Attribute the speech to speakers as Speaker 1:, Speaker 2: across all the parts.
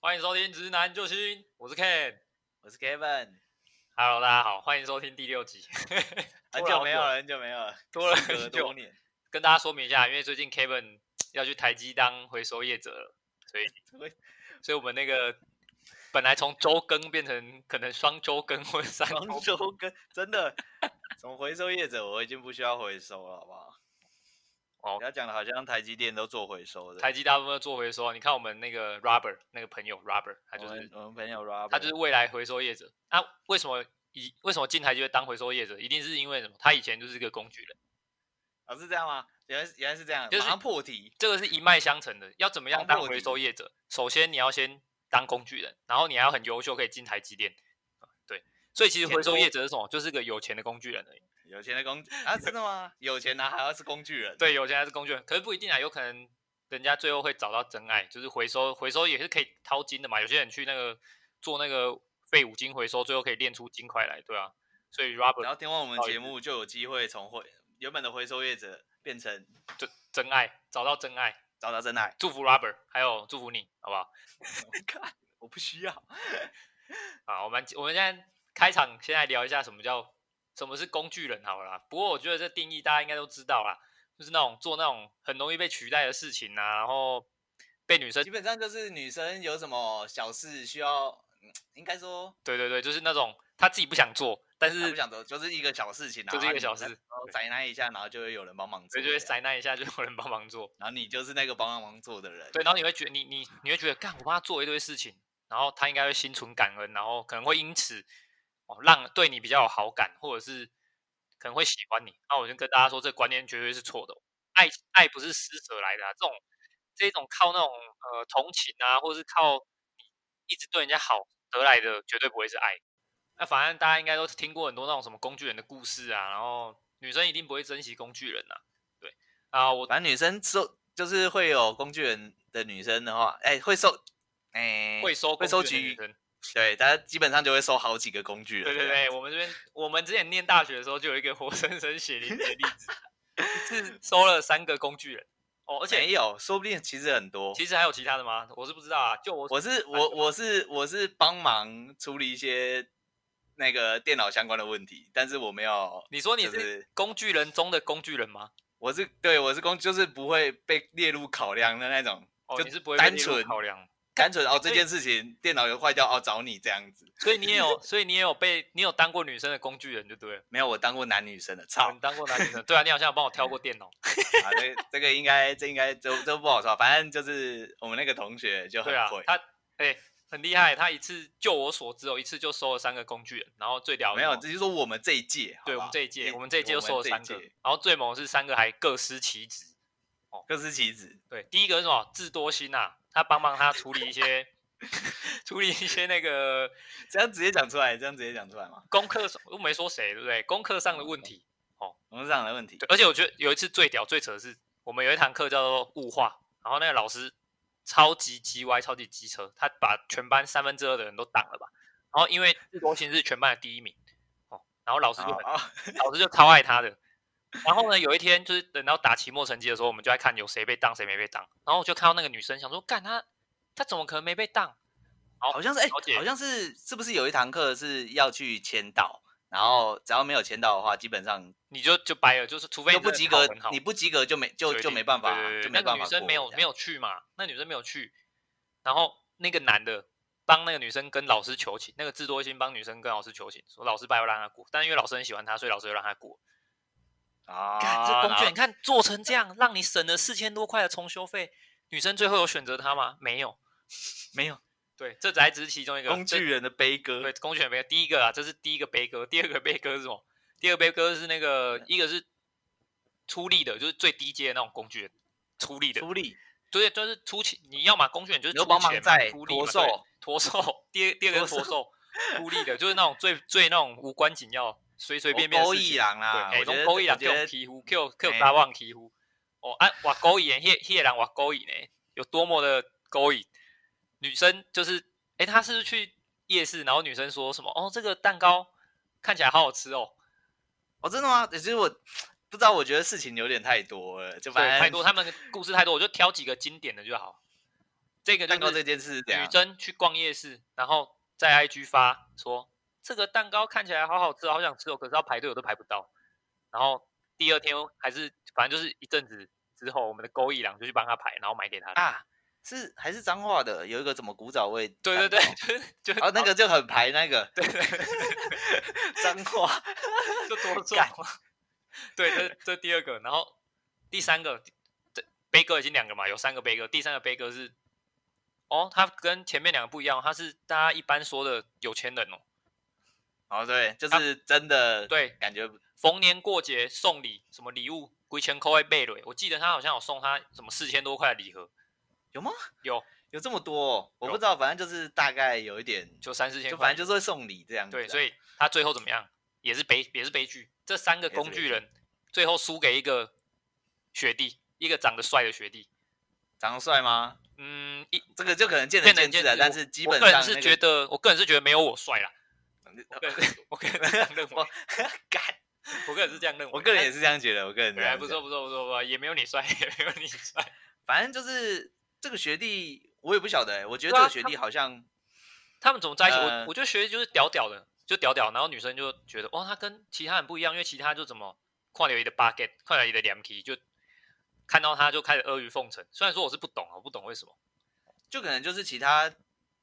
Speaker 1: 欢迎收听《直男救星》，我是 Ken。
Speaker 2: 我是 Kevin，
Speaker 1: Hello，大家好，欢迎收听第六集。
Speaker 2: 很
Speaker 1: 突然
Speaker 2: 久
Speaker 1: 好
Speaker 2: 没
Speaker 1: 久
Speaker 2: 有了，很久没有了，
Speaker 1: 多了
Speaker 2: 时隔
Speaker 1: 很久
Speaker 2: 多年，
Speaker 1: 跟大家说明一下，因为最近 Kevin 要去台积当回收业者了，所以
Speaker 2: 对
Speaker 1: 所以我们那个本来从周更变成可能双周更或者三
Speaker 2: 双
Speaker 1: 周更
Speaker 2: 周跟真的，怎么回收业者我已经不需要回收了，好不好？
Speaker 1: 哦
Speaker 2: 不要讲的好像台积电都做回收的，
Speaker 1: 台积大部分都做回收。啊你看我们那个 Robert 那个朋友 Robert，他就
Speaker 2: 我
Speaker 1: 是
Speaker 2: 们我们朋友 Rob，
Speaker 1: 他就是未来回收业者。那、为什么以为什么进台积会当回收业者？一定是因为什么？他以前就是一个工具人，
Speaker 2: 哦是这样吗？原来是原来是这样，
Speaker 1: 就是
Speaker 2: 马上破题，
Speaker 1: 这个是一脉相承的。要怎么样
Speaker 2: 当
Speaker 1: 当
Speaker 2: 卧
Speaker 1: 回
Speaker 2: 底
Speaker 1: 收业者？首先你要先当工具人，然后你还要很优秀，可以进台积电。啊对，所以其实
Speaker 2: 钱
Speaker 1: 回收
Speaker 2: 多
Speaker 1: 业者是什么？就是个有钱的工具人而已。
Speaker 2: 有钱的工具啊，真的吗？有钱拿还要是工具人，，
Speaker 1: 对，有钱还是工具人，可是不一定啊，有可能人家最后会找到真爱，就是回收回收也是可以掏金的嘛。有些人去那个做那个废五金回收，最后可以炼出金块来，对啊。所以 Robert
Speaker 2: 然后听完我们
Speaker 1: 不好意
Speaker 2: 节
Speaker 1: 思
Speaker 2: 目就有机会从回原本的回收业者变成
Speaker 1: 就真爱找到真爱，
Speaker 2: 找到真爱，
Speaker 1: 祝福 Robert，还有祝福你，好不好？
Speaker 2: 看我不需要，
Speaker 1: 好，我们我们现在开场，先来聊一下什么叫什么是工具人好了啦。不过我觉得这定义大家应该都知道啦，就是那种做那种很容易被取代的事情啊，然后被女生
Speaker 2: 基本上就是女生有什么小事需要，嗯应该说
Speaker 1: 对对对，就是那种她自己不想做，但
Speaker 2: 他
Speaker 1: 是
Speaker 2: 不想走，就是一个小事情啊，
Speaker 1: 就是一个小事，
Speaker 2: 灾难一下，然后就会有人帮忙
Speaker 1: 所
Speaker 2: 做
Speaker 1: 以
Speaker 2: 这
Speaker 1: 就会
Speaker 2: 样，
Speaker 1: 塞那一下，就有人帮忙做。
Speaker 2: 然后你就是那个帮忙做的人，
Speaker 1: 对，然后你会觉得你你你会觉得，干我帮他做一堆事情，然后他应该会心存感恩，然后可能会因此哦让对你比较有好感，或者是可能会喜欢你。那我就跟大家说，这观念绝对是错的哦。爱爱不是施舍来的、啊，这种这种靠那种呃同情啊，或者是靠你一直对人家好得来的，绝对不会是爱。那反正大家应该都听过很多那种什么工具人的故事啊，然后女生一定不会珍惜工具人呐、啊。对啊，我
Speaker 2: 反正女生收就是会有工具人的女生的话，哎、会收，哎、
Speaker 1: 会收
Speaker 2: 会收
Speaker 1: 工具人的女
Speaker 2: 集
Speaker 1: 生。
Speaker 2: 对，她基本上就会收好几个工具人，
Speaker 1: 对对对，我们这边我们之前念大学的时候，就有一个活生生血淋淋的例子， 是收了三个工具人哦，而
Speaker 2: 而且
Speaker 1: 且
Speaker 2: 没有，说不定其实很多。
Speaker 1: 其实还有其他的吗？我是不知道啊，就我
Speaker 2: 我是我我是我是帮忙处理一些那个电脑相关的问题，但是我没有，
Speaker 1: 你说你
Speaker 2: 就是是
Speaker 1: 工具人中的工具人吗？
Speaker 2: 我是对我是工就是不会被列入考量的那种，
Speaker 1: 哦，
Speaker 2: 就
Speaker 1: 你是不会被
Speaker 2: 单
Speaker 1: 列入
Speaker 2: 纯
Speaker 1: 考 量，
Speaker 2: 单纯哦，
Speaker 1: 所
Speaker 2: 这
Speaker 1: 以
Speaker 2: 件事情电脑有坏掉哦，找你这样子。
Speaker 1: 所以你也有，所以你也有被你有当过女生的工具人就对了，哦
Speaker 2: 没有，我当过男女生的，操！
Speaker 1: 你当过男女生，对啊，你好像有帮我挑过电脑，
Speaker 2: 啊，这这个应该这应该这这不好说，反正就是我们那个同学 就很
Speaker 1: 对啊
Speaker 2: 会，，
Speaker 1: 他哎、很厉害，他一次就我所知哦，一次就收了三个工具人，然后最屌的
Speaker 2: 没
Speaker 1: 是
Speaker 2: 有，
Speaker 1: 什么
Speaker 2: 只是说我们这一届，
Speaker 1: 哦对我们这一届，我们这一届就收
Speaker 2: 收
Speaker 1: 了三个，然后最猛的是三个还各司其职。
Speaker 2: 各司其职，
Speaker 1: 对，第一个是什么？智多星啊，他帮忙他处理一 些处理一些那个
Speaker 2: 这样直接讲出来，这样直接讲出来嘛，
Speaker 1: 功课上，我没说谁，对不对？功课上的问题。
Speaker 2: 我们上的问题
Speaker 1: 对，而且我觉得有一次最屌最扯的是，我们有一堂课叫做物化，然后那个老师超级鸡歪，超级机车，他把全班三分之二的人都挡了吧。然后因为智多星是全班的第一名，哦，然后老师就很
Speaker 2: 啊，
Speaker 1: 老师就超爱他的。然后呢，有一天就是等到打期末成绩的时候，我们就在看有谁被当，谁没被当。然后我就看到那个女生，想说，干她，她怎么可能没被当？好
Speaker 2: 好像是哎
Speaker 1: 了解，
Speaker 2: 好像是是不是有一堂课是要去签到，然后只要没有签到的话，基本上
Speaker 1: 你就就掰了，就是除非
Speaker 2: 都
Speaker 1: 你
Speaker 2: 不
Speaker 1: 真的
Speaker 2: 及
Speaker 1: 考
Speaker 2: 格
Speaker 1: 很好，
Speaker 2: 你不及格就没就
Speaker 1: 一
Speaker 2: 就
Speaker 1: 定
Speaker 2: 没办法
Speaker 1: 对对对，
Speaker 2: 就
Speaker 1: 那
Speaker 2: 没
Speaker 1: 个
Speaker 2: 办
Speaker 1: 女
Speaker 2: 法
Speaker 1: 生没有
Speaker 2: 过这
Speaker 1: 没
Speaker 2: 样
Speaker 1: 有去嘛，那女生没有去，然后那个男的帮那个女生跟老师求情，那个智多星帮女生跟老师求情，说老师拜托让她过，但因为老师很喜欢她，所以老师就让她过。
Speaker 2: 啊，
Speaker 1: 干这工
Speaker 2: 然
Speaker 1: 具
Speaker 2: 后
Speaker 1: 人，你看做成这样，让你省了四千多块的重修费，女生最后有选择他吗？没有。
Speaker 2: 没有
Speaker 1: 对，这才只是其中一个
Speaker 2: 工
Speaker 1: 这
Speaker 2: 具人的悲歌，
Speaker 1: 对，工具人悲歌。第一个啊，这是第一个悲歌。第二个悲歌是什么？第二个悲歌是那个，一个是出力的，就是最低阶的那种工具人，出力的，
Speaker 2: 出力
Speaker 1: 对，就是出钱。你要嘛工具人就是
Speaker 2: 你要
Speaker 1: 出
Speaker 2: 帮忙
Speaker 1: 钱嘛
Speaker 2: 载
Speaker 1: 出力
Speaker 2: 驼
Speaker 1: 嘛，对
Speaker 2: 兽，
Speaker 1: 驼兽。第二第二个是驼
Speaker 2: 驼
Speaker 1: 兽，出力的，就是那种最最那种无关紧要、随随便便的
Speaker 2: 勾
Speaker 1: 事
Speaker 2: 一
Speaker 1: 情。
Speaker 2: 郎
Speaker 1: 对，
Speaker 2: 啦，
Speaker 1: 哎，
Speaker 2: 啊我觉
Speaker 1: 拢
Speaker 2: 得
Speaker 1: 高一人
Speaker 2: 我觉
Speaker 1: 叫
Speaker 2: 得
Speaker 1: 欺负，Q Q
Speaker 2: 哎
Speaker 1: 大旺欺负。哦，啊，哇高一人，迄迄个人哇高一呢，有多么的勾引女生？就是，哎、他是不是去夜市，然后女生说什么？哦，这个蛋糕看起来好好吃哦。
Speaker 2: 哦，真的吗？只是我不知道，我觉得事情有点太多了，就
Speaker 1: 对，
Speaker 2: 反
Speaker 1: 太
Speaker 2: 正
Speaker 1: 多，他们的故事太多，我就挑几个经典的就好。这个就
Speaker 2: 蛋糕这
Speaker 1: 是
Speaker 2: 件事是怎
Speaker 1: 女
Speaker 2: 样？
Speaker 1: 真去逛夜市，然后在 IG 发说这个蛋糕看起来好好吃哦，好想吃哦，可是要排队我都排不到。然后第二天还是反正就是一阵子之后，我们的勾一郎就去帮他排，然后买给他。
Speaker 2: 啊，是还是脏话的，有一个什么古早味蛋
Speaker 1: 对对
Speaker 2: 糕，
Speaker 1: 对，就是就是
Speaker 2: 哦，那个就很排那个，对， 脏话，
Speaker 1: 就多做
Speaker 2: 干。
Speaker 1: 对，这这第二个，然后第三个，这杯哥已经两个嘛，有三个杯哥，第三个杯哥是，哦，他跟前面两个不一样，他是大家一般说的有钱人哦，
Speaker 2: 哦，对，就是真的，，
Speaker 1: 啊对，
Speaker 2: 感觉不
Speaker 1: 逢年过节送礼什么礼物，几千块贝瑞，我记得他好像有送他什么四千多块的礼盒，
Speaker 2: 有吗？
Speaker 1: 有，
Speaker 2: 有这么多哦，我
Speaker 1: 有
Speaker 2: 不知道，反正就是大概有一点，
Speaker 1: 就三四千
Speaker 2: 就
Speaker 1: 块
Speaker 2: 反
Speaker 1: 礼盒，
Speaker 2: 正就是会送礼这样子啊。
Speaker 1: 对，所以他最后怎么样，也是悲也是悲剧，这三个
Speaker 2: 也是
Speaker 1: 工
Speaker 2: 悲
Speaker 1: 具
Speaker 2: 剧
Speaker 1: 人最后输给一个学弟，一个长得帅的学弟，
Speaker 2: 长得帅吗？
Speaker 1: 嗯，一
Speaker 2: 这个就可能见
Speaker 1: 见
Speaker 2: 仁
Speaker 1: 仁见
Speaker 2: 智啊，
Speaker 1: 智
Speaker 2: 但
Speaker 1: 我
Speaker 2: 是基
Speaker 1: 我
Speaker 2: 本
Speaker 1: 个人
Speaker 2: 上
Speaker 1: 是
Speaker 2: 那
Speaker 1: 觉
Speaker 2: 个呃
Speaker 1: 得，我个人是觉得没有我帅啦。 我个人是，我个人是这样认为，
Speaker 2: 我干，
Speaker 1: 我个人是这样认为。
Speaker 2: 我个人也
Speaker 1: 是，
Speaker 2: 是这样觉得，我个人这
Speaker 1: 还
Speaker 2: 样
Speaker 1: 啊不
Speaker 2: 觉得
Speaker 1: 错，，不错，不错，不错，也没有你帅，也没有你帅。
Speaker 2: 反正就是这个学弟，我也不晓得欸，我觉得
Speaker 1: 对
Speaker 2: 这
Speaker 1: 啊
Speaker 2: 个学弟好像
Speaker 1: 他们怎么在一起？
Speaker 2: 呃
Speaker 1: 我我觉得学姐就是屌屌的，就屌屌，然后女生就觉得，哇，他跟其他人不一样，因为其他就怎么跨流一的 bucket，跨流一的两 k 就看到他就开始阿谀奉承。虽然说我是不懂啊，我不懂为什么。
Speaker 2: 就可能就是其他，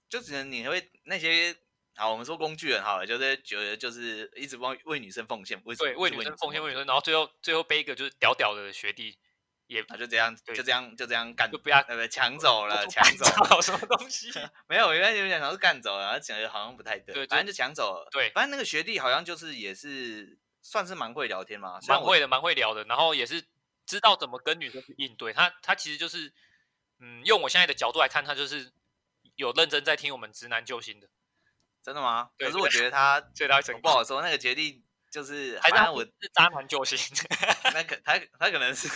Speaker 2: 就只能你会那些。好，我们说工具人好了，就是觉得就是一直为为女生奉献，为
Speaker 1: 对，为女生奉献，为女生，然后最后最后被一个就是屌屌的学弟也
Speaker 2: 啊，就这样，
Speaker 1: 对
Speaker 2: 就这样，就这 样干，
Speaker 1: 就不要
Speaker 2: 呃，抢走了，抢走了，
Speaker 1: 了 什么东 西。
Speaker 2: 没有，我原来有点想说干走了，然后讲的好像不太对，
Speaker 1: 对就
Speaker 2: 反正就抢走了。
Speaker 1: 对
Speaker 2: 反正那个学弟好像就是也是算是蛮会聊天嘛，虽然
Speaker 1: 蛮
Speaker 2: 我
Speaker 1: 会的，蛮会聊的，然后也是知道怎么跟女生去应对。他他其实就是，嗯，用我现在的角度来看，他就是有认真在听我们直男救星的，
Speaker 2: 真的吗？
Speaker 1: 对
Speaker 2: 可是
Speaker 1: 对啊
Speaker 2: 我觉得他
Speaker 1: 所以他会成
Speaker 2: 不
Speaker 1: 功。
Speaker 2: 好说，那个学弟就是，
Speaker 1: 还是
Speaker 2: 反
Speaker 1: 他
Speaker 2: 正我
Speaker 1: 是渣男 救星，
Speaker 2: 那可他他可 能是，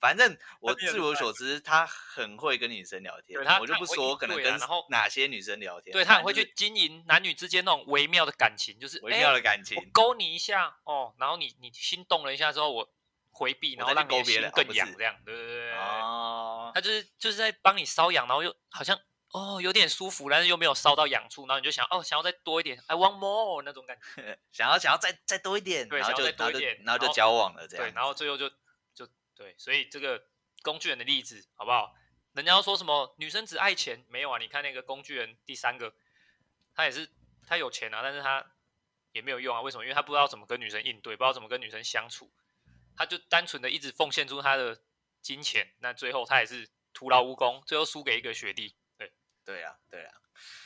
Speaker 2: 反正我
Speaker 1: 变
Speaker 2: 据
Speaker 1: 得很
Speaker 2: 我所知，他很会跟女生聊天
Speaker 1: 对他，
Speaker 2: 我就
Speaker 1: 他
Speaker 2: 不
Speaker 1: 很会
Speaker 2: 说
Speaker 1: 应
Speaker 2: 可能
Speaker 1: 对啊
Speaker 2: 跟
Speaker 1: 然后
Speaker 2: 哪些女生聊天，
Speaker 1: 对他很
Speaker 2: 反
Speaker 1: 会
Speaker 2: 正就是
Speaker 1: 去哎经营男女之间那种微妙的感情，就是
Speaker 2: 微妙
Speaker 1: 的
Speaker 2: 的感情
Speaker 1: 我。勾你一下哦，然后你你心动了一下之后，我回避，
Speaker 2: 我
Speaker 1: 然后
Speaker 2: 再
Speaker 1: 让
Speaker 2: 去
Speaker 1: 你的
Speaker 2: 勾
Speaker 1: 心
Speaker 2: 别人哦
Speaker 1: 更
Speaker 2: 不
Speaker 1: 痒
Speaker 2: 是，
Speaker 1: 这样，对对对对对。
Speaker 2: 哦，
Speaker 1: 他就是就是在帮你瘙痒，然后又好像哦有点舒服，但是又没有烧到痒处，然后你就想哦想要再多一点，I want more 那种感觉，
Speaker 2: 想要想要再再多一点，
Speaker 1: 对
Speaker 2: 然后
Speaker 1: 想
Speaker 2: 就
Speaker 1: 要再
Speaker 2: 然后
Speaker 1: 多
Speaker 2: 就
Speaker 1: 一点
Speaker 2: 然后
Speaker 1: 然
Speaker 2: 就
Speaker 1: 后
Speaker 2: 交往了这样
Speaker 1: 对，
Speaker 2: 子。
Speaker 1: 然后最后就就对，所以这个工具人的例子好不好？人家要说什么女生只爱钱，没有啊？你看那个工具人第三个，他也是他有钱啊，但是他也没有用啊，为什么？因为他不知道怎么跟女生应对，不知道怎么跟女生相处，他就单纯的一直奉献出他的金钱，那最后他也是徒劳无功，最后输给一个学弟，对。
Speaker 2: 对啊，对啊，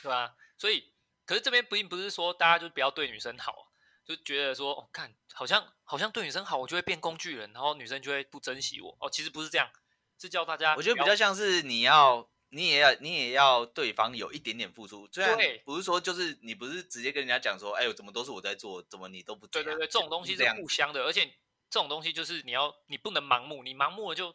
Speaker 1: 对啊，所以可是这边并不是说大家就不要对女生好啊，就觉得说，哦，看好像好像对女生好，我就会变工具人，然后女生就会不珍惜我。哦，其实不是这样，是叫大家
Speaker 2: 我觉得
Speaker 1: 不
Speaker 2: 比
Speaker 1: 要
Speaker 2: 较像是你要，你也要，你也要对方有一点点付出，虽然
Speaker 1: 对
Speaker 2: 不是说就是你不是直接跟人家讲说，哎，怎么都是我在做，怎么你都不
Speaker 1: 对
Speaker 2: 怎
Speaker 1: 对
Speaker 2: 样
Speaker 1: 对，这种东
Speaker 2: 不
Speaker 1: 西是
Speaker 2: 这样
Speaker 1: 互相的，而且这种东西就是你要你不能盲目，你盲目了就。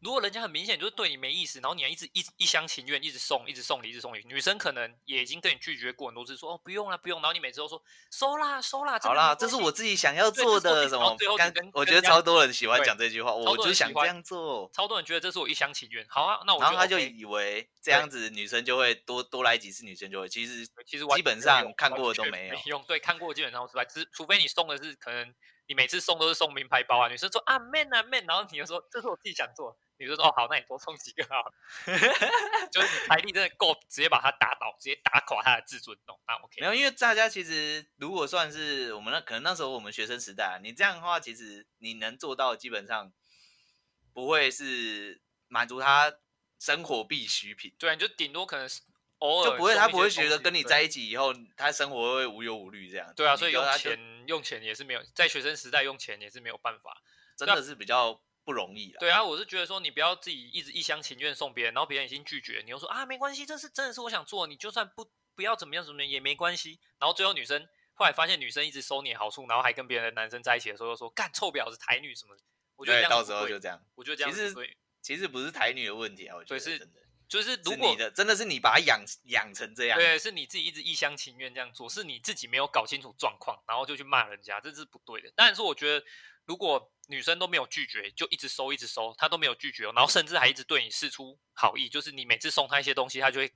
Speaker 1: 如果人家很明显就是对你没意思，然后你还一直一一厢情愿，一直送，一直送礼，一直送礼，女生可能也已经跟你拒绝过很多次，说哦不用啦不用，然后你每次都说收啦收啦，这个
Speaker 2: 好
Speaker 1: 没
Speaker 2: 啦，
Speaker 1: 关
Speaker 2: 这是
Speaker 1: 系
Speaker 2: 我自己想要
Speaker 1: 对
Speaker 2: 做
Speaker 1: 这是我
Speaker 2: 的
Speaker 1: 自己
Speaker 2: 什
Speaker 1: 然后
Speaker 2: 么
Speaker 1: 最后？就
Speaker 2: 干
Speaker 1: 跟，
Speaker 2: 我
Speaker 1: 跟
Speaker 2: 觉得
Speaker 1: 人家
Speaker 2: 超多人喜欢
Speaker 1: 对
Speaker 2: 讲这句话，
Speaker 1: 超
Speaker 2: 我
Speaker 1: 多
Speaker 2: 就是
Speaker 1: 人喜
Speaker 2: 想这
Speaker 1: 欢
Speaker 2: 样做，
Speaker 1: 超多人觉得这是我一厢情愿。好啊，那我
Speaker 2: 然后
Speaker 1: 觉
Speaker 2: 他
Speaker 1: 得
Speaker 2: 就
Speaker 1: OK
Speaker 2: 以为这
Speaker 1: 对
Speaker 2: 样子女生就会多多来几次，女生就会，其实
Speaker 1: 其实完
Speaker 2: 基
Speaker 1: 全
Speaker 2: 本
Speaker 1: 没有
Speaker 2: 上
Speaker 1: 用
Speaker 2: 看
Speaker 1: 完
Speaker 2: 过的都
Speaker 1: 全
Speaker 2: 没
Speaker 1: 没
Speaker 2: 有
Speaker 1: 用。对，看过基本上都失败，只除非你送的是可能你每次送都是送名牌包啊，女生说啊 man 啊 man，然后你就说这是我自己想做，女生说哦好，那你多送几个好了， 就是你财力真的够，直接把他打倒，直接打垮他的自尊哦，那 OK，
Speaker 2: 没有，因为大家其实如果算是我们那可能那时候我们学生时代啊，你这样的话，其实你能做到基本上不会是满足他生活必需品，
Speaker 1: 对啊，你就顶多可能是偶尔
Speaker 2: 就不会
Speaker 1: 送
Speaker 2: 他
Speaker 1: 一
Speaker 2: 不
Speaker 1: 些东
Speaker 2: 会觉得
Speaker 1: 西
Speaker 2: 跟你
Speaker 1: 对
Speaker 2: 在一起以后，他生活会无忧无虑这样子。
Speaker 1: 对啊，
Speaker 2: 你
Speaker 1: 所以
Speaker 2: 跟
Speaker 1: 用
Speaker 2: 他就
Speaker 1: 钱用钱也是没有，在学生时代用钱也是没有办法。
Speaker 2: 真的是比较不容易了。
Speaker 1: 对啊，我是觉得说你不要自己一直一厢情愿送别人，然后别人已经拒绝，你又说啊没关系，这是真的是我想做，你就算不不要怎么样怎么样也没关系。然后最后女生后来发现女生一直收你的好处，然后还跟别人的男生在一起的时候又说干臭婊子台女什么的，我觉得
Speaker 2: 对，
Speaker 1: 这样
Speaker 2: 到
Speaker 1: 是
Speaker 2: 时
Speaker 1: 不
Speaker 2: 候
Speaker 1: 对
Speaker 2: 就这样。
Speaker 1: 我觉得这样
Speaker 2: 其
Speaker 1: 是
Speaker 2: 实
Speaker 1: 不对
Speaker 2: 其实不是台女的问题啊，我觉
Speaker 1: 对
Speaker 2: 得
Speaker 1: 是
Speaker 2: 真的
Speaker 1: 就是如
Speaker 2: 是
Speaker 1: 果
Speaker 2: 你的，真的是你把他养养成这样。
Speaker 1: 对是你自己一直一厢情愿这样做，是你自己没有搞清楚状况，然后就去骂人家，这是不对的。但是我觉得如果女生都没有拒绝，就一直收一直收，她都没有拒绝哦，然后甚至还一直对你示出好意，就是你每次送她一些东西，她就会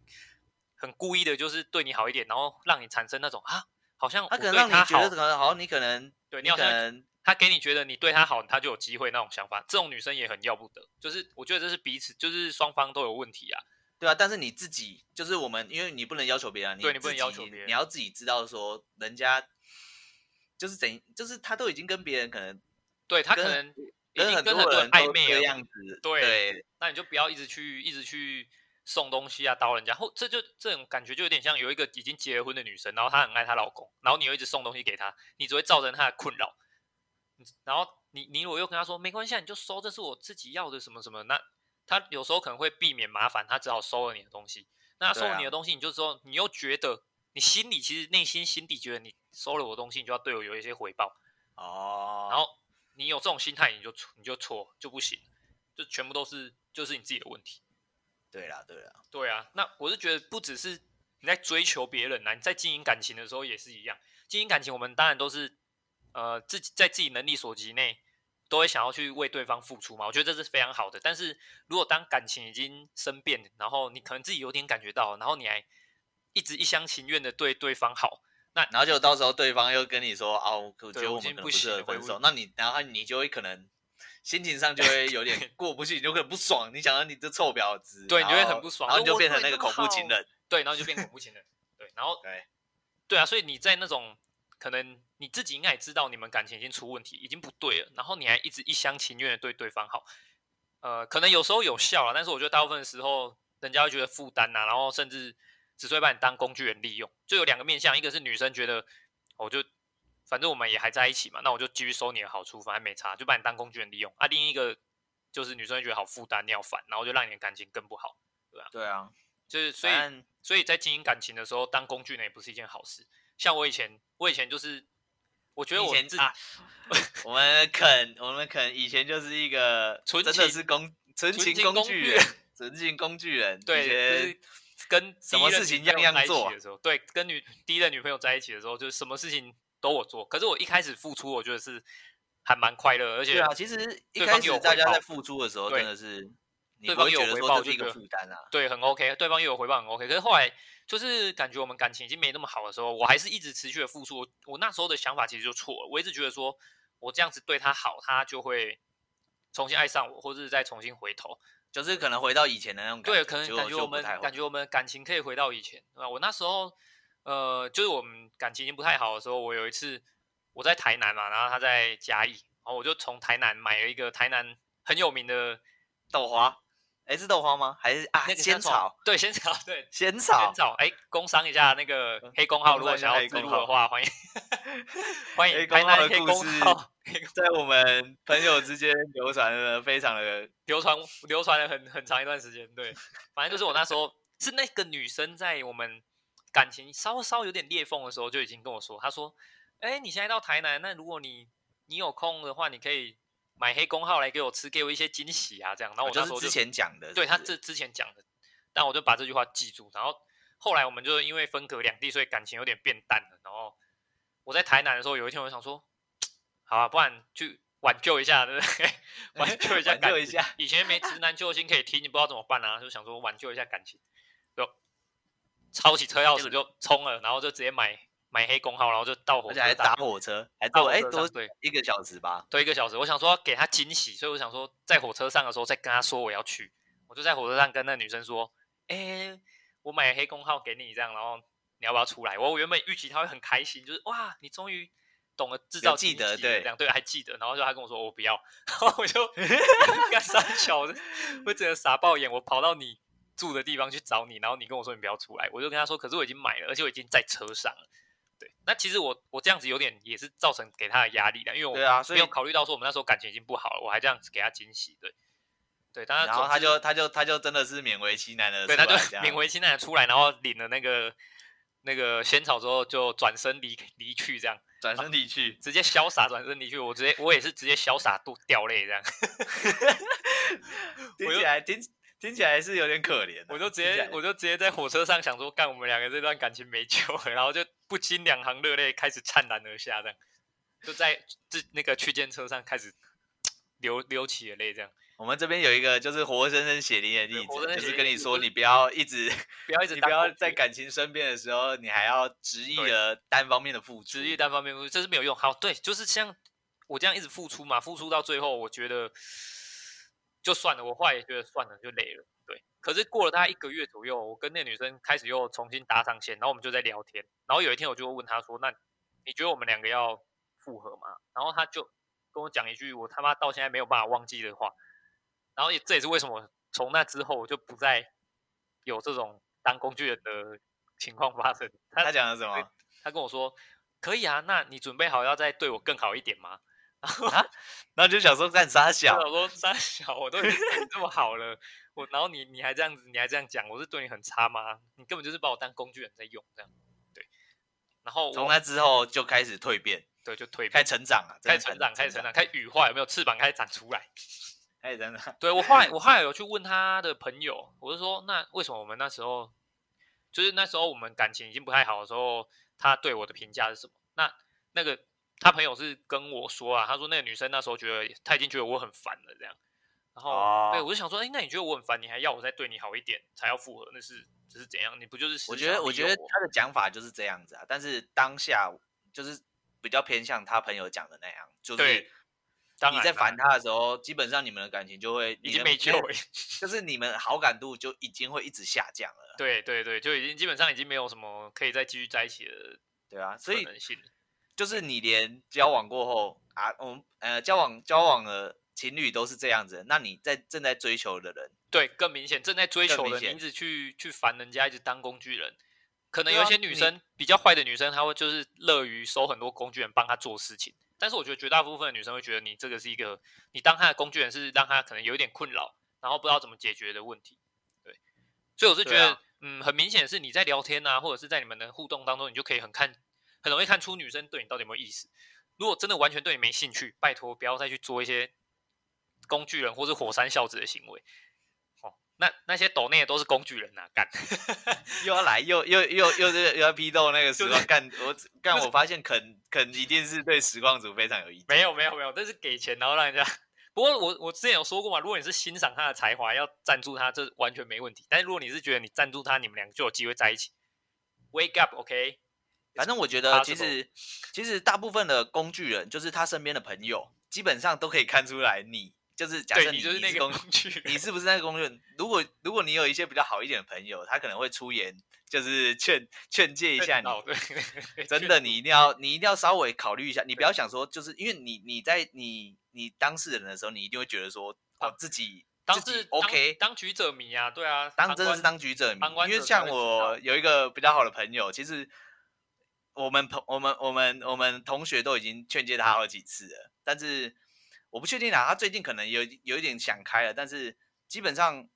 Speaker 1: 很故意的，就是对你好一点，然后让你产生那种啊，好像
Speaker 2: 他
Speaker 1: 我
Speaker 2: 可能
Speaker 1: 对
Speaker 2: 让你
Speaker 1: 她
Speaker 2: 觉
Speaker 1: 好
Speaker 2: 得可能好，你可能
Speaker 1: 对你
Speaker 2: 你
Speaker 1: 好
Speaker 2: 可
Speaker 1: 像
Speaker 2: 能
Speaker 1: 他给你觉得你对他好，他就有机会那种想法，这种女生也很要不得。就是我觉得这是彼此，就是双方都有问题啊。
Speaker 2: 对啊，但是你自己就是我们，因为你不能要求别人啊，
Speaker 1: 对你不
Speaker 2: 自
Speaker 1: 能要
Speaker 2: 己
Speaker 1: 求别人
Speaker 2: 你要自己知道说人家就是怎，就是他都已经跟别人可能
Speaker 1: 对他可
Speaker 2: 跟
Speaker 1: 能已
Speaker 2: 跟
Speaker 1: 经
Speaker 2: 很
Speaker 1: 跟
Speaker 2: 多
Speaker 1: 多
Speaker 2: 人
Speaker 1: 人
Speaker 2: 都
Speaker 1: 暧昧
Speaker 2: 这
Speaker 1: 了，
Speaker 2: 样子，
Speaker 1: 对
Speaker 2: 对
Speaker 1: 那你就不要一直去一直去送东西啊，叨人家。后这就这种感觉就有点像有一个已经结了婚的女生，然后她很爱她老公，然后你又一直送东西给她，你只会造成她的困扰。嗯然后你你如果又跟她说没关系啊，你就收，这是我自己要的什么什么，那她有时候可能会避免麻烦，她只好收了你的东西。那她收
Speaker 2: 对
Speaker 1: 了
Speaker 2: 啊
Speaker 1: 你的东西，你就之后你又觉得你心里其实内心心底觉得你收了我东西，你就要对我有一些回报。
Speaker 2: 哦，
Speaker 1: 然后你有这种心态，你就错，你就错就不行，就全部都是就是你自己的问题。
Speaker 2: 对啦对啦，
Speaker 1: 对啊，那我是觉得不只是你在追求别人啊，你在经营感情的时候也是一样。经营感情，我们当然都是呃自己在自己能力所及内，都会想要去为对方付出嘛。我觉得这是非常好的。但是如果当感情已经生变，然后你可能自己有点感觉到，然后你还一直一厢情愿的对对方好，
Speaker 2: 然后就到时候对方又跟你说啊，我我觉
Speaker 1: 对
Speaker 2: 得
Speaker 1: 我
Speaker 2: 我
Speaker 1: 已经不
Speaker 2: 们可能不适
Speaker 1: 行
Speaker 2: 合
Speaker 1: 了我
Speaker 2: 分
Speaker 1: 也
Speaker 2: 手，那你然后你就会可能心情上就会有点过不去，你就会很不爽，你想到你这臭婊子，
Speaker 1: 对你就会
Speaker 2: 然
Speaker 1: 很
Speaker 2: 后
Speaker 1: 不爽
Speaker 2: 然
Speaker 1: 说
Speaker 2: 后你就
Speaker 1: 我
Speaker 2: 变
Speaker 1: 对
Speaker 2: 成
Speaker 1: 你
Speaker 2: 那个
Speaker 1: 那么
Speaker 2: 恐怖情
Speaker 1: 好
Speaker 2: 人，
Speaker 1: 对，然后就变恐怖 情人。对，然后
Speaker 2: 对
Speaker 1: 对啊，所以你在那种可能你自己应该也知道你们感情已经出问题，已经不对了，然后你还一直一厢情愿的对对方好，呃，可能有时候有效了，但是我觉得大部分的时候人家会觉得负担呐，然后甚至只是会把你当工具人利用，就有两个面向，一个是女生觉得我就反正我们也还在一起嘛，那我就继续收你的好处，反正没差，就把你当工具人利用啊。另一个就是女生会觉得好负担，你好烦，然后就让你的感情更不好，
Speaker 2: 对啊，
Speaker 1: 就是所以
Speaker 2: 反正
Speaker 1: 所以在经营感情的时候，当工具人也不是一件好事。像我以前，我以前就是，我觉得
Speaker 2: 以
Speaker 1: 我
Speaker 2: 前
Speaker 1: 自
Speaker 2: 啊 我们肯，我们肯以前就是一个
Speaker 1: 纯
Speaker 2: 真的
Speaker 1: 情
Speaker 2: 是工
Speaker 1: 纯
Speaker 2: 纯情
Speaker 1: 情
Speaker 2: 工
Speaker 1: 工
Speaker 2: 具
Speaker 1: 具
Speaker 2: 人，纯情工具人，以
Speaker 1: 对，就
Speaker 2: 前
Speaker 1: 是跟
Speaker 2: 什
Speaker 1: 第一
Speaker 2: 么
Speaker 1: 任
Speaker 2: 事
Speaker 1: 女
Speaker 2: 情
Speaker 1: 朋
Speaker 2: 样
Speaker 1: 友
Speaker 2: 样
Speaker 1: 在一起
Speaker 2: 做啊
Speaker 1: 的时候，对，跟女第一任女朋友在一起的时候，就是什么事情都我做。可是我一开始付出，我觉得是还蛮快乐，而且
Speaker 2: 对啊，其实一
Speaker 1: 对
Speaker 2: 开
Speaker 1: 方
Speaker 2: 始
Speaker 1: 有
Speaker 2: 大
Speaker 1: 回
Speaker 2: 家在
Speaker 1: 报
Speaker 2: 付出的时候，
Speaker 1: 对
Speaker 2: 真的是你
Speaker 1: 对
Speaker 2: 不会
Speaker 1: 方有
Speaker 2: 觉得
Speaker 1: 回
Speaker 2: 说
Speaker 1: 报
Speaker 2: 这是
Speaker 1: 就
Speaker 2: 一个
Speaker 1: 觉得
Speaker 2: 负担啊，
Speaker 1: 对，很 OK，对方又有回报，很 OK。可是后来就是感觉我们感情已经没那么好的时候，我还是一直持续的付出。我我那时候的想法其实就错了，我一直觉得说我这样子对他好，他就会重新爱上我，或者是再重新回头。
Speaker 2: 就是可能回到以前的那种感
Speaker 1: 对，
Speaker 2: 觉，
Speaker 1: 可能
Speaker 2: 结
Speaker 1: 感
Speaker 2: 果
Speaker 1: 觉
Speaker 2: 就
Speaker 1: 我
Speaker 2: 不
Speaker 1: 们
Speaker 2: 太会
Speaker 1: 感觉我们感情可以回到以前，对吧？我那时候，呃，就是我们感情已经不太好的时候，我有一次我在台南嘛，然后他在嘉义，然后我就从台南买了一个台南很有名的
Speaker 2: 豆花，哎是豆花吗？还是啊
Speaker 1: 那个叫
Speaker 2: 仙
Speaker 1: 什么
Speaker 2: 草？，
Speaker 1: 对，仙草，对，
Speaker 2: 仙
Speaker 1: 仙
Speaker 2: 草，嗯
Speaker 1: 草，哎，工商一下那个黑工号，如果
Speaker 2: 工商一下
Speaker 1: 想要
Speaker 2: 黑
Speaker 1: 自
Speaker 2: 工
Speaker 1: 录
Speaker 2: 号
Speaker 1: 的话，欢迎 欢
Speaker 2: 黑
Speaker 1: 迎
Speaker 2: 工
Speaker 1: 台
Speaker 2: 号
Speaker 1: 南
Speaker 2: 的
Speaker 1: 黑
Speaker 2: 故
Speaker 1: 工
Speaker 2: 事
Speaker 1: 号
Speaker 2: 在我们朋友之间流传的非常的
Speaker 1: 流传流传了很很长一段时间。对，反正就是我那时候是那个女生在我们感情稍稍有点裂缝的时候就已经跟我说，她说：“哎、你现在到台南，那如果你你有空的话，你可以买黑工号来给我吃，给我一些惊喜啊，这样。”然后我
Speaker 2: 哦，
Speaker 1: 那
Speaker 2: 就
Speaker 1: 时
Speaker 2: 是
Speaker 1: 候
Speaker 2: 之前讲的，
Speaker 1: 对
Speaker 2: 是
Speaker 1: 他
Speaker 2: 不
Speaker 1: 这
Speaker 2: 是
Speaker 1: 之前讲的，但我就把这句话记住。然后后来我们就因为分隔两地，所以感情有点变淡了。然后我在台南的时候，有一天我就想说，好啊，不然去挽救一下，对不对？ 挽救一下
Speaker 2: 挽
Speaker 1: 感
Speaker 2: 救一
Speaker 1: 情。
Speaker 2: 下，
Speaker 1: 以前没直男救星可以听，你不知道怎么办啊，就想说挽救一下感情，就抄起车钥匙就冲了，然后就直接买买黑工号，然后就到火
Speaker 2: 而
Speaker 1: 车
Speaker 2: 且还
Speaker 1: 站
Speaker 2: 搭火车，还
Speaker 1: 到火
Speaker 2: 坐哎
Speaker 1: 车
Speaker 2: 多
Speaker 1: 上对。
Speaker 2: 一个小时吧，
Speaker 1: 推一个小时，我想说要给她惊喜，所以我想说在火车上的时候再跟她说我要去，我就在火车上跟那女生说，哎、我买黑工号给你这样，然后你要不要出来？我原本预期她会很开心，就是哇，你终于懂得制造
Speaker 2: 有记
Speaker 1: 惊
Speaker 2: 得
Speaker 1: 喜
Speaker 2: 对
Speaker 1: 了这样对，还记得，然后就她跟我说哦我不要，然后我 就干三小，我整个傻爆眼，我跑到你住的地方去找你，然后你跟我说你不要出来，我就跟她说，可是我已经买了，而且我已经在车上了。对，那其实我我这样子有点也是造成给她的压力的，因为我
Speaker 2: 对啊，
Speaker 1: 哦
Speaker 2: 所
Speaker 1: 没
Speaker 2: 以
Speaker 1: 有考虑到说我们那时候感情已经不好了，我还这样子给他惊喜，对，对，但
Speaker 2: 然后他
Speaker 1: 总之
Speaker 2: 就他就他就真的是勉为其难的，
Speaker 1: 对他就 勉为其难的出来，然后领了那个那个仙草之后就转身离离去，这样
Speaker 2: 转身离去，
Speaker 1: 直接潇洒转身离去，我直接我也是直接潇洒度掉泪 这样，
Speaker 2: 听
Speaker 1: 我
Speaker 2: 起
Speaker 1: 就
Speaker 2: 来听听起来是有点可怜啊、
Speaker 1: 我就直
Speaker 2: 听起
Speaker 1: 接
Speaker 2: 来
Speaker 1: 我就直接在火车上想说干我们两个这段感情没救了，然后就不禁两行热泪开始灿然而下这样，就在自那个区间车上开始流流起了泪，这样
Speaker 2: 我们这边有一个就是活生生血淋淋的例
Speaker 1: 对活生
Speaker 2: 子，
Speaker 1: 生
Speaker 2: 就
Speaker 1: 血
Speaker 2: 是
Speaker 1: 淋
Speaker 2: 跟
Speaker 1: 淋
Speaker 2: 你
Speaker 1: 就
Speaker 2: 说，
Speaker 1: 是
Speaker 2: 你不要一直，
Speaker 1: 不要一直
Speaker 2: 你不
Speaker 1: 当
Speaker 2: 要
Speaker 1: 工
Speaker 2: 在
Speaker 1: 具
Speaker 2: 感情生变的时候，你还要执意
Speaker 1: 对
Speaker 2: 的单方面的付出。
Speaker 1: 职业单方面付出，这是没有用。好，对，就是像我这样一直付出嘛，付出到最后，我觉得就算了，我后来也觉得算了，就累了。对，可是过了大概一个月左右，我跟那女生开始又重新搭上线，然后我们就在聊天。然后有一天我就问她说：“那你觉得我们两个要复合吗？”然后她就跟我讲一句我他妈到现在没有办法忘记的话。然后也这也是为什么从那之后我就不再有这种当工具人的情况发生。她
Speaker 2: 他讲了什么？
Speaker 1: 他跟我说：“可以啊，那你准备好要再对我更好一点吗
Speaker 2: 然后就想说干啥？”
Speaker 1: 我
Speaker 2: 小，
Speaker 1: 想说：“三小，我都已经对你这么好了，我然后你你还这样子，你还这样讲，我是对你很差吗？你根本就是把我当工具人在用，这样对。”然后
Speaker 2: 从
Speaker 1: 我
Speaker 2: 那之后就开始蜕变，
Speaker 1: 对就蜕
Speaker 2: 开
Speaker 1: 变，
Speaker 2: 始成长了，啊
Speaker 1: 开始
Speaker 2: 真
Speaker 1: 成
Speaker 2: 的
Speaker 1: 长，开始成，长，开始羽化有没有翅膀开始长出来？
Speaker 2: 开始成长。
Speaker 1: 对我后来我后来有去问他的朋友，我就说那为什么我们那时候就是那时候我们感情已经不太好的时候，他对我的评价是什么？那那个他朋友是跟我说啊，他说那个女生那时候觉得他已经觉得我很烦了这样，然后、对
Speaker 2: 哦
Speaker 1: 我就想说，哎、那你觉得我很烦，你还要我再对你好一点才要复合，那是这是怎样？你不就是
Speaker 2: 我
Speaker 1: 是
Speaker 2: 觉
Speaker 1: 想
Speaker 2: 得，
Speaker 1: 要
Speaker 2: 我
Speaker 1: 利
Speaker 2: 觉
Speaker 1: 用
Speaker 2: 得他的讲法就是这样子啊，但是当下就是比较偏向他朋友讲的那样，就是
Speaker 1: 对当
Speaker 2: 你
Speaker 1: 然
Speaker 2: 在
Speaker 1: 啦
Speaker 2: 烦他的时候，基本上你们的感情就会
Speaker 1: 已经没 救，
Speaker 2: 你
Speaker 1: 了
Speaker 2: 的，哎就是你们好感度就已经会一直下降了，
Speaker 1: 对对对，就已经基本上已经没有什么可以再继续在一起的
Speaker 2: 对啊，所
Speaker 1: 可
Speaker 2: 以
Speaker 1: 能性了。
Speaker 2: 就是你连交往过后啊，我们呃交往交往的情侣都是这样子，那你在正在追求的人，
Speaker 1: 对，更明显，正在追
Speaker 2: 更
Speaker 1: 求
Speaker 2: 明
Speaker 1: 的，你
Speaker 2: 显
Speaker 1: 一直去去烦人家，一直当工具人。可能
Speaker 2: 对
Speaker 1: 有一
Speaker 2: 啊
Speaker 1: 些女
Speaker 2: 你
Speaker 1: 生、比较坏的女生，她会就是乐于收很多工具人帮她做事情。但是我觉得绝大部分的女生会觉得你这个是一个，你当她的工具人是让她可能有一点困扰，然后不知道怎么解决的问题。对，所以我是觉
Speaker 2: 对
Speaker 1: 得，
Speaker 2: 啊
Speaker 1: 嗯，很明显是你在聊天啊，或者是在你们的互动当中，你就可以很看，很容易看出女生对你到底有没有意思。如果真的完全对你没兴趣，拜托不要再去做一些工具人或是火山孝子的行为。哦，那那些抖内的都是工具人呐、干。
Speaker 2: 又要来又又又又又又要批斗那个时
Speaker 1: 就
Speaker 2: 光干，我干我发现肯肯一定是对时光组非常有意见。
Speaker 1: 没有没有没有，这是给钱然后让人家。不过我我之前有说过嘛，如果你是欣赏他的才华，要赞助他，这完全没问题。但是如果你是觉得你赞助他，你们两个就有机会在一起，wake up，OK？、
Speaker 2: 反正我觉得，其
Speaker 1: possible
Speaker 2: 实其实大部分的工具人，就是他身边的朋友，基本上都可以看出来你，就是假设
Speaker 1: 对
Speaker 2: 你
Speaker 1: 就是
Speaker 2: 你
Speaker 1: 那个
Speaker 2: 工，
Speaker 1: 工具人，
Speaker 2: 你是不是那个工具人？如果如果你有一些比较好一点的朋友，他可能会出言，就是劝劝诫一
Speaker 1: 对
Speaker 2: 下
Speaker 1: 哦
Speaker 2: 你。
Speaker 1: 对，
Speaker 2: 真的，你一定要你一定要稍微考虑一下，你不要想说，就是因为你你在你你当事人的时候，你一定会觉得说，哦
Speaker 1: 当，
Speaker 2: 自己
Speaker 1: 当
Speaker 2: 自己
Speaker 1: 是
Speaker 2: OK，
Speaker 1: 当局者迷啊，对啊，
Speaker 2: 当真的
Speaker 1: 官
Speaker 2: 是当局者迷
Speaker 1: 旁观，
Speaker 2: 因为
Speaker 1: 者才
Speaker 2: 像
Speaker 1: 会知
Speaker 2: 我
Speaker 1: 道
Speaker 2: 有一个比较好的朋友，其实我们朋我们我们我们同学都已经劝诫他好几次了，但是我不确定啊，他最近可能有有一点想开了，但是基本上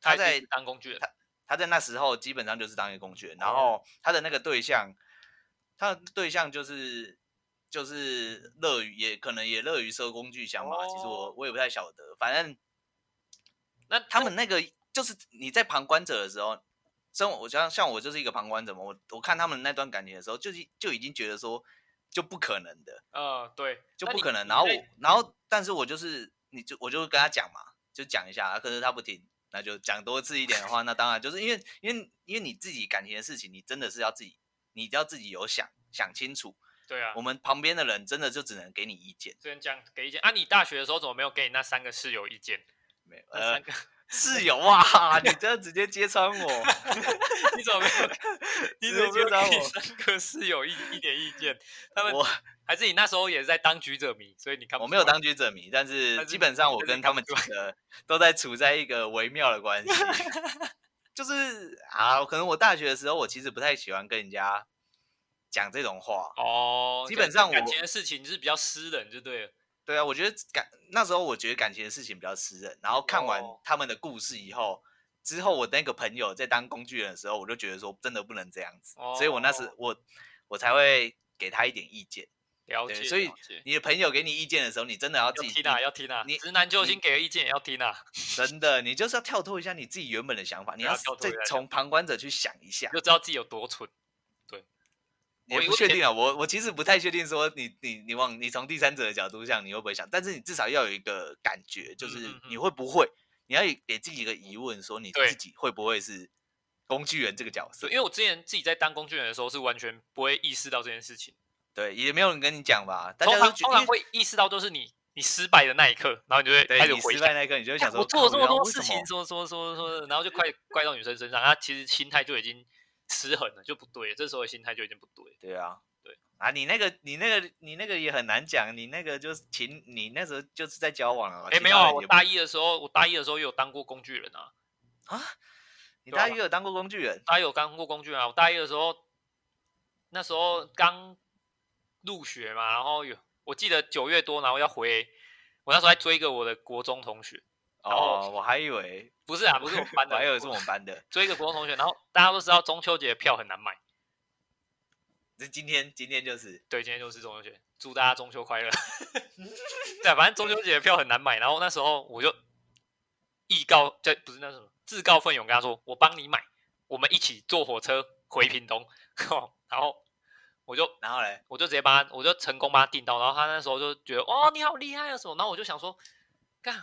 Speaker 1: 他
Speaker 2: 他
Speaker 1: 已经
Speaker 2: 在
Speaker 1: 是当工具人，
Speaker 2: 他在那时候基本上就是当一个工具人，然
Speaker 1: 哦
Speaker 2: 后他的那个对象，他的对象就是就是乐于也可能也乐于收工具箱吧，其实我
Speaker 1: 哦
Speaker 2: 我也不太晓得，反正。
Speaker 1: 那
Speaker 2: 他们那个就是你在旁观者的时候，像我像像我就是一个旁观者嘛，我我看他们那段感情的时候，就是就已经觉得说就不可能的，
Speaker 1: 呃对，
Speaker 2: 就
Speaker 1: 那
Speaker 2: 不
Speaker 1: 你
Speaker 2: 可能。
Speaker 1: 你
Speaker 2: 然后
Speaker 1: 在
Speaker 2: 我然后但是我就是你就我就跟他讲嘛，就讲一下，啊可是他不听。那就讲多次一点的话，那当然就是因为因为因为你自己感情的事情，你真的是要自己，你要自己有想想清楚。
Speaker 1: 对啊，
Speaker 2: 我们旁边的人真的就只能给你意见，
Speaker 1: 之前讲给意见啊，你大学的时候怎么没有给你那三个室友意见？
Speaker 2: 没有
Speaker 1: 那
Speaker 2: 呃
Speaker 1: 三个，
Speaker 2: 室友哇， 你这样直接揭穿我。
Speaker 1: 你怎么没 有？你怎么没
Speaker 2: 直接
Speaker 1: 有
Speaker 2: 接到
Speaker 1: 给
Speaker 2: 我
Speaker 1: 三个室友一一点意见？ 他们
Speaker 2: 我
Speaker 1: 还是你那时候也是在当局者迷，所以你看不
Speaker 2: 我没有
Speaker 1: 出来
Speaker 2: 当局者迷，但是
Speaker 1: 但是
Speaker 2: 基本上我
Speaker 1: 但是
Speaker 2: 跟
Speaker 1: 你
Speaker 2: 他
Speaker 1: 看
Speaker 2: 们
Speaker 1: 不
Speaker 2: 几
Speaker 1: 出
Speaker 2: 个都在处在一个微妙的关系，就是 啊，可能我大学的时候，我其实不太喜欢跟人家讲这种话。
Speaker 1: 哦。
Speaker 2: 基
Speaker 1: 就
Speaker 2: 本上
Speaker 1: 感
Speaker 2: 我
Speaker 1: 情的事情是比较私人，就对了。
Speaker 2: 对啊，我觉得感那时候我觉得感情的事情比较私人，然后看完
Speaker 1: 哦
Speaker 2: 他们的故事以后。之后，我那个朋友在当工具人的时候，我就觉得说真的不能这样子，所以我那时
Speaker 1: 哦
Speaker 2: 我我才会给他一点意见。
Speaker 1: 了
Speaker 2: 对
Speaker 1: 解，
Speaker 2: 所以
Speaker 1: 了解
Speaker 2: 你的朋友给你意见的时候，你真的要
Speaker 1: 要
Speaker 2: 自己
Speaker 1: 听啊，要听啊，
Speaker 2: 你
Speaker 1: 直男救
Speaker 2: 你
Speaker 1: 星给的意见也要听啊，
Speaker 2: 真的，你就是要跳脱一下你自己原本的想法，你
Speaker 1: 对啊
Speaker 2: 要
Speaker 1: 跳脱
Speaker 2: 再
Speaker 1: 一下
Speaker 2: 从旁观者去想一下
Speaker 1: 你。就知道自己有多蠢。
Speaker 2: 也
Speaker 1: 我
Speaker 2: 不
Speaker 1: 我以
Speaker 2: 确
Speaker 1: 前
Speaker 2: 定啊，我我其实不太确定说你你你往你从第三者的角度想，你会不会想？但是你至少要有一个感觉，就
Speaker 1: 嗯
Speaker 2: 是
Speaker 1: 嗯
Speaker 2: 你
Speaker 1: 嗯
Speaker 2: 会不会？你要给自己一个疑问，说你
Speaker 1: 对
Speaker 2: 自己会不会是工具人这个角色
Speaker 1: 对，？因为我之前自己在当工具人的时候是完全不会意识到这件事情，
Speaker 2: 对，也没有人跟你讲吧？大
Speaker 1: 通
Speaker 2: 家都
Speaker 1: 常
Speaker 2: 觉
Speaker 1: 通
Speaker 2: 得
Speaker 1: 常会意识到都是你你失败的那一刻，然后你就会
Speaker 2: 对
Speaker 1: 开始
Speaker 2: 你
Speaker 1: 回
Speaker 2: 失
Speaker 1: 想
Speaker 2: 败，那一刻，你就会想
Speaker 1: 干
Speaker 2: 说，
Speaker 1: 我做了这
Speaker 2: 靠
Speaker 1: 么
Speaker 2: 腰
Speaker 1: 多
Speaker 2: 为
Speaker 1: 事
Speaker 2: 什么
Speaker 1: 情，说说说说，然后就怪怪到女生身上，她其实心态就已经失衡了，就不对了，这时候的心态就已经不对了。
Speaker 2: 对啊，
Speaker 1: 对
Speaker 2: 啊，你那个你那个你那个也很难讲，你那个就是情，你那时候就是在交往了吧。
Speaker 1: 哎，
Speaker 2: 哦其
Speaker 1: 没
Speaker 2: 他
Speaker 1: 有啊，
Speaker 2: 人
Speaker 1: 我
Speaker 2: 也不
Speaker 1: 大一的时候，我大一的时候也有当过工具人啊，
Speaker 2: 啊，你
Speaker 1: 对啊
Speaker 2: 大约有当过工具人，
Speaker 1: 大一有当过工具人啊。我大一的时候，那时候刚入学嘛，然后有我记得九月多，然后要回，我那时候还追一个我的国中同学，然后
Speaker 2: 哦，我还以为
Speaker 1: 不是啊，不是我们班的，
Speaker 2: 我还以为是
Speaker 1: 我
Speaker 2: 我们班的。
Speaker 1: 追一个国中同学，然后大家都知道中秋节的票很难买，
Speaker 2: 这今天今天就是
Speaker 1: 对，今天就是中秋节，祝大家中秋快乐。 对啊，反正中秋节的票很难买，然后那时候我就意告，这不是那什么，自告奋勇跟他说，我帮你买，我们一起坐火车回屏东， 然后我就
Speaker 2: 然后嘞，
Speaker 1: 我就直接把他，我就成功把他订到，然后他那时候就觉得，哦，你好厉害啊什么，然后我就想说，干，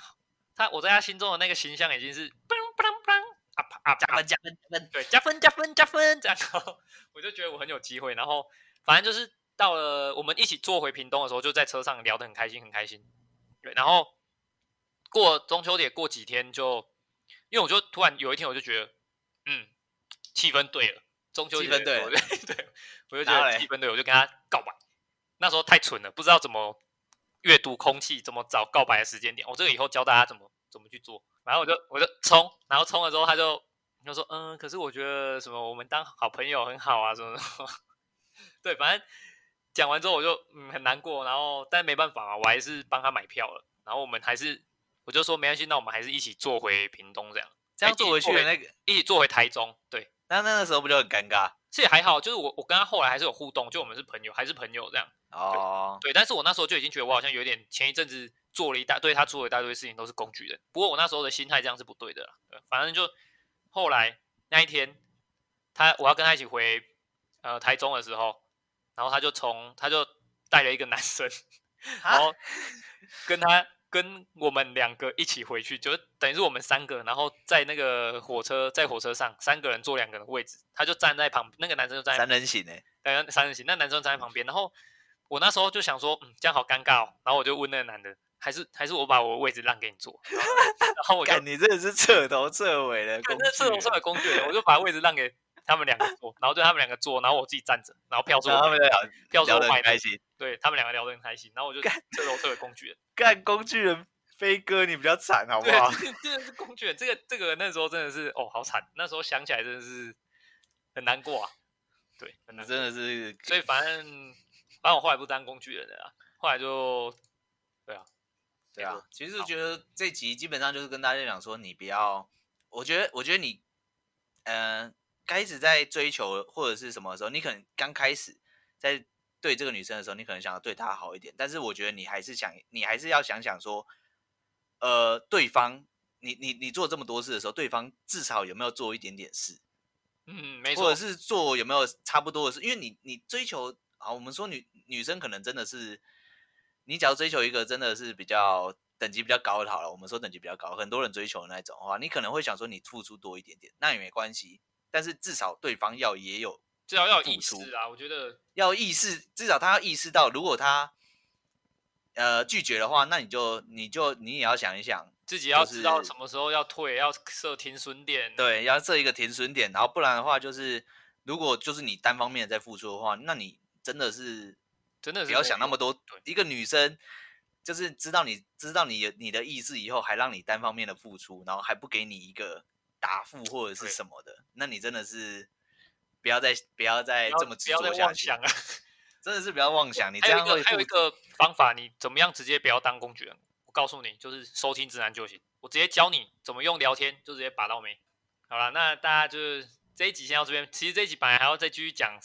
Speaker 1: 他我在他心中的那个形象已经是，不啷不啷不啷，啊啪啊
Speaker 2: 加
Speaker 1: 啪
Speaker 2: 分加分加分，
Speaker 1: 对，加分加分加分这样， 然后我就觉得我很有机会。然后反正就是到了我们一起坐回屏东的时候，就在车上聊得很开心，很开心。对，然后过中秋节过几天就，因为我就突然有一天我就觉得，嗯，气氛对了，中秋
Speaker 2: 气
Speaker 1: 节
Speaker 2: 氛对
Speaker 1: 我
Speaker 2: 了
Speaker 1: 对，我就觉
Speaker 2: 然后
Speaker 1: 得
Speaker 2: 嘞
Speaker 1: 气氛对，我就跟他告白。那时候太蠢了，不知道怎么阅读空气，怎么找告白的时间点。我、这个以后教大家怎么怎么去做。然后我就我就冲，然后冲了之后他就他就说嗯，可是我觉得什么我们当好朋友很好啊，什么什么。 对，反正讲完之后我就嗯很难过，然后但没办法啊，我还是帮他买票了。然后我们还是我就说没关系，那我们还是一起坐回屏东这样，
Speaker 2: 这样做回去的那个，
Speaker 1: 一起坐回台中。对，
Speaker 2: 那那个时候不就很尴尬
Speaker 1: 这也还好，就是我我跟他后来还是有互动，就我们是朋友，还是朋友这样。
Speaker 2: 哦？
Speaker 1: 对，但是我那时候就已经觉得我好像有点前一阵子做了一大堆，他做了一大堆事情都是工具人。不过我那时候的心态这样是不对的啦。对反正就后来那一天，他我要跟他一起回呃台中的时候，然后他就从他就带了一个男生，然
Speaker 2: 啊
Speaker 1: 后跟他跟我们两个一起回去，就等于是我们三个，然后在那个火车在火车上三个人坐两个人的位置，他就站在旁，那个男生就站在
Speaker 2: 三人行哎，
Speaker 1: 对，三人行，那男生站在旁边，然后我那时候就想说，嗯，这样好尴尬哦，然后我就问那个男的，还是还是我把我的位置让给你坐， 然后然后我就
Speaker 2: 看你真的是彻头彻尾的工
Speaker 1: 看
Speaker 2: 具
Speaker 1: 这
Speaker 2: 人，
Speaker 1: 是我上的工具人，我就把位置让给他们两个坐，然后对他们两个坐，然后我自己站着，然后票是
Speaker 2: 然后他
Speaker 1: 我
Speaker 2: 们就聊
Speaker 1: 票是
Speaker 2: 聊
Speaker 1: 我
Speaker 2: 得
Speaker 1: 买
Speaker 2: 很
Speaker 1: 的
Speaker 2: 开，心。
Speaker 1: 对他们两个聊得很开心，然后我就
Speaker 2: 干
Speaker 1: 这都特的工具人，
Speaker 2: 干工具人飞哥，你比较惨好不
Speaker 1: 对
Speaker 2: 好？，
Speaker 1: 真的是工具人，这个这个那时候真的是哦好惨，那时候想起来真的是很难过啊，对，很难
Speaker 2: 你
Speaker 1: 过
Speaker 2: 真的是，
Speaker 1: 所以反正反正我后来不当工具人了啦，后来就对啊，
Speaker 2: 对啊
Speaker 1: 好，
Speaker 2: 其实我觉得这集基本上就是跟大家讲说，你不要，我觉得，我觉得你，嗯，开始在追求或者是什么的时候，你可能刚开始在对这个女生的时候，你可能想要对她好一点，但是我觉得你还是想，你还是要想想说，呃，对方，你你你做这么多事的时候，对方至少有没有做一点点事，
Speaker 1: 嗯，没
Speaker 2: 或
Speaker 1: 错
Speaker 2: 者，是做有没有差不多的事，因为你你追求好，我们说女女生可能真的是，你只要追求一个真的是比较等级比较高的好了，我们说等级比较高，很多人追求的那种的话，你可能会想说你付出多一点点，那也没关系，但是至少对方要也有
Speaker 1: 至少要有
Speaker 2: 付
Speaker 1: 意
Speaker 2: 出
Speaker 1: 识啊，我觉得
Speaker 2: 要意识，至少他要意识到，如果他呃拒绝的话，那你就你就你也要想一想，
Speaker 1: 自己要
Speaker 2: 就
Speaker 1: 知道
Speaker 2: 是
Speaker 1: 什么时候要退，要设停损点，，
Speaker 2: 对，要设一个停损点，然后不然的话就是，如果就是你单方面的在付出的话，那你真的是
Speaker 1: 真的是
Speaker 2: 不要想那
Speaker 1: 没
Speaker 2: 么多
Speaker 1: 对。
Speaker 2: 一个女生就是知道你知道你的你的意志以后，还让你单方面的付出，然后还不给你一个答复或者
Speaker 1: 对
Speaker 2: 是什么的，那你真的是不要再不要再
Speaker 1: 有
Speaker 2: 哎这
Speaker 1: 不
Speaker 2: 么执
Speaker 1: 要
Speaker 2: 着
Speaker 1: 再
Speaker 2: 下
Speaker 1: 妄
Speaker 2: 去，
Speaker 1: 想啊，
Speaker 2: 真的是不要妄想，你这
Speaker 1: 还有一
Speaker 2: 样
Speaker 1: 个
Speaker 2: 会
Speaker 1: 还有一
Speaker 2: 付
Speaker 1: 个方法，你怎么样直接不要当工具人？我告诉你，就是收听指南就行，我直接教你怎么用聊天就直接把到没。好了，那大家就是这一集先到这边。其实这一集本来还要再继续讲，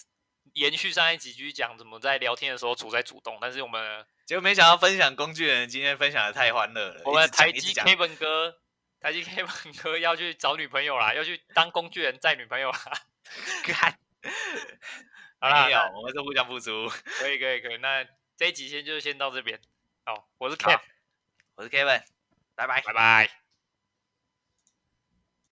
Speaker 1: 延续上一集继续讲怎么在聊天的时候处在主动，但是我们
Speaker 2: 结果没想到分享工具人今天分享的太欢乐了，
Speaker 1: 我
Speaker 2: 一
Speaker 1: 们
Speaker 2: 直讲
Speaker 1: 台
Speaker 2: 一直
Speaker 1: 积
Speaker 2: 讲
Speaker 1: Kevin 哥，台积 Kevin 哥要去找女朋友啦，要去当工具人载女朋友啦。
Speaker 2: 干
Speaker 1: 好啦，
Speaker 2: 没有
Speaker 1: 那，
Speaker 2: 我们是互相付出。
Speaker 1: 可以可以可以，那这一集先就先到这边。好，我是
Speaker 2: 好
Speaker 1: Ken，
Speaker 2: 我是 Kevin，拜拜。
Speaker 1: 拜拜。